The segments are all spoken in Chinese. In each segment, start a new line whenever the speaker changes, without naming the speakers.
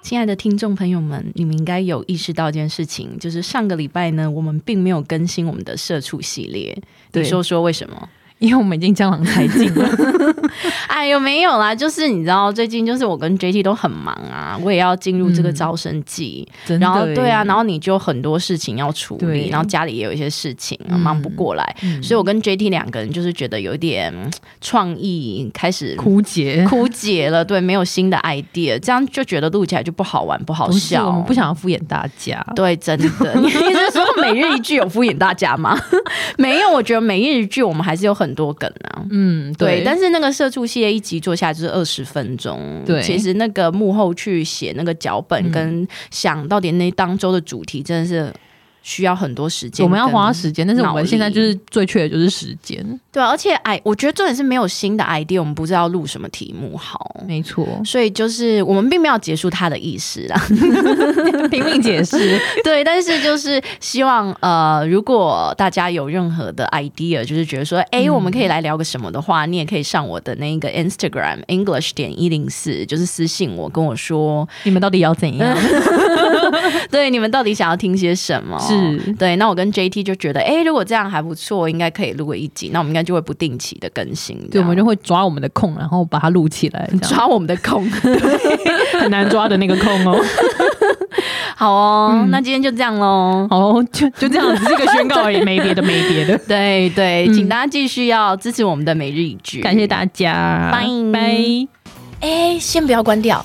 亲爱的听众朋友们，你们应该有意识到一件事情，就是上个礼拜呢，我们并没有更新我们的社畜系列。
对
你说说为什么？
因为我们已经江郎才尽 了。
哎呦，没有啦，就是你知道，最近就是我跟 JT 都很忙啊，我也要进入这个招生季，
真的
然后
耶
对啊，然后你就很多事情要处理，
对
然后家里也有一些事情啊忙不过来，所以我跟 JT 两个人就是觉得有一点嗯创意开始
枯竭，
枯竭了，对，没有新的 idea，这样就觉得录起来就不好玩，不好
不是
笑，
我们不想要敷衍大家。
对，真 的，你是说每日一句有敷衍大家吗？ 没有，我觉得每日一句我们还是有很多梗啊。
嗯，
对，但
是
是那个社畜系列一集做下来就是二十分钟。
对嗯
其实那个幕后去写那个脚本，跟想到底那当周的主题，真的是需要很多时间。
我们要花时间，但是我
脑
们
力
现在就是最缺的就是时间。
对啊、而且哎，我觉得重点是没有新的 idea，我们不知道录什么题目好。
没错，
所以就是我们并没有结束他的意思啦，
拼命解释。
对，但是就是希望呃，如果大家有任何的 idea，就是觉得说，哎、
嗯
我们可以来聊个什么的话，你也可以上我的那个 Instagram English 点一零四，就是私信我，跟我说，
你们到底要怎样？
对，你们到底想要听些什么？
是
对，那我跟 JT 就觉得，哎、如果这样还不错，应该可以录个一集，那我们应该就会不定期的更新，这
对，啊
样
我们就会抓我们的空，然后把它录起来，这样
抓我们的 空。
很难抓的那个空哦。
好哦，
嗯
那今天就这样喽。
好，就就这样，只是一个宣告而已，没别的，没别 的。
对对，请大家继续要支持我们的每日一句，
嗯感谢大家，
拜
拜。
哎，先不要关掉，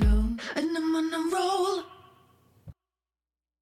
No, no,